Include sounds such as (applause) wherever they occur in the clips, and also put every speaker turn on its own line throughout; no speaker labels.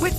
With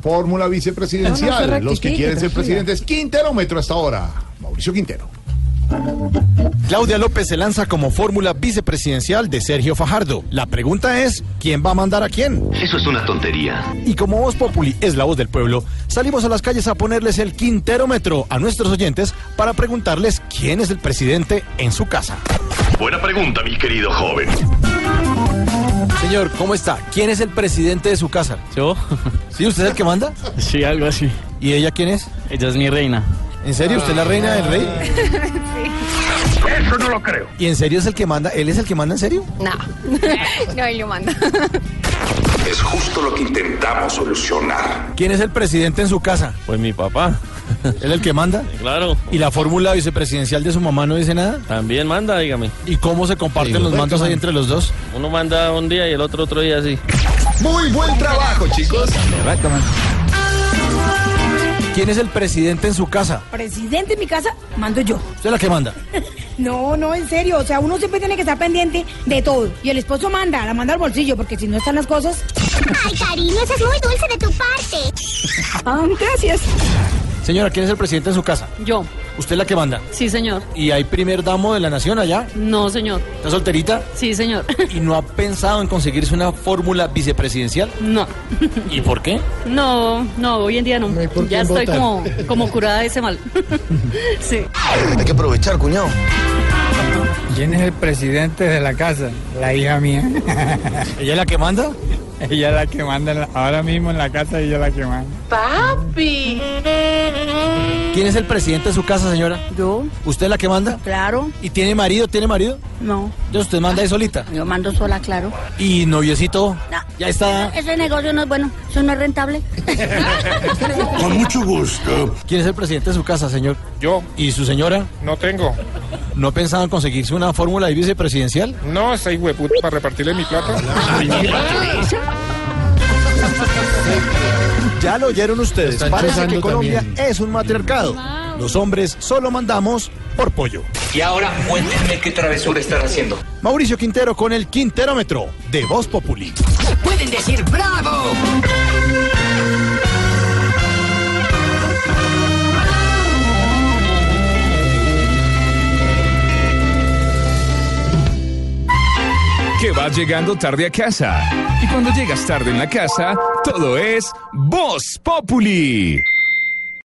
Fórmula
No,
vicepresidencial.
no se
Los que
rectifique,
quieren ser
tranquila.
presidentes. Quinterómetro hasta ahora. Mauricio Quintero.
Claudia López se lanza como fórmula vicepresidencial de Sergio Fajardo. La pregunta es, ¿quién va a mandar a quién?
Eso es una tontería.
Y como Voz Populi es la voz del pueblo, salimos a las calles a ponerles el quinterómetro a nuestros oyentes para preguntarles quién es el presidente en su casa.
Buena pregunta, mi querido joven.
Señor, ¿cómo está? ¿Quién es el presidente de su casa?
¿Yo?
¿Sí? ¿Usted es el que manda?
(laughs) Sí, algo así.
¿Y ella quién es?
Ella es mi reina.
¿En serio? ¿Usted es la reina del rey?
Eso no lo creo.
¿Y en serio es el que manda? ¿Él es el que manda en serio?
No, no, él lo manda.
Es justo lo que intentamos solucionar.
¿Quién es el presidente en su casa?
Pues mi papá.
¿Él el que manda?
Claro.
¿Y la fórmula vicepresidencial de su mamá no dice nada?
También manda, dígame.
¿Y cómo se comparten
Digo,
los
bueno,
mandos ahí
bueno.
entre los dos?
Uno manda un día y el otro otro día así.
Muy buen trabajo, chicos.
¿Quién es el presidente en su casa?
Presidente en mi casa, mando yo.
Usted es la que manda.
No, no, en serio. O sea, uno siempre tiene que estar pendiente de todo. Y el esposo manda, la manda al bolsillo, porque si no están las cosas.
Ay, cariño, eso es muy dulce de tu parte.
Ah, gracias.
Señora, ¿quién es el presidente en su casa?
Yo,
Usted es la que manda.
sí señor.
¿Y hay primer damo de la nación allá?
No señor,
¿Está solterita?
sí señor.
¿Y no ha pensado en conseguirse una fórmula vicepresidencial?
No,
¿Y por qué?
no, no, hoy en día no.
hay por
ya
quién
estoy
votar.
como, como curada de ese mal. Sí.
Hay que aprovechar, cuñado.
¿Quién es el presidente de la casa? La hija mía.
¿Ella es la que manda?
Ella es la que manda ahora mismo en la casa, ella es la que manda.
Papi.
¿Quién es el presidente de su casa, señora?
Yo,
¿Usted es la que manda?
claro,
¿Y tiene marido? ¿Tiene marido?
no.
Entonces usted manda ahí solita.
Yo mando sola, claro.
¿Y noviecito? Ya está.
Ese negocio no es bueno, eso no es rentable.
Con mucho gusto.
¿Quién es el presidente de su casa, señor?
Yo
¿Y su señora?
no tengo.
¿No ha pensado en conseguirse una fórmula vicepresidencial?
No, esa hueputa para repartirle mi plata.
Ya lo oyeron ustedes.
Están
Parece que
chuzando
Colombia
también.
es un matriarcado. Los hombres solo mandamos por pollo.
Y ahora cuéntenme qué travesura están haciendo.
Mauricio Quintero con el Quinterómetro de Voz Populi.
Pueden decir bravo.
Que va llegando tarde a casa. Y cuando llegas tarde en la casa, todo es Voz Populi.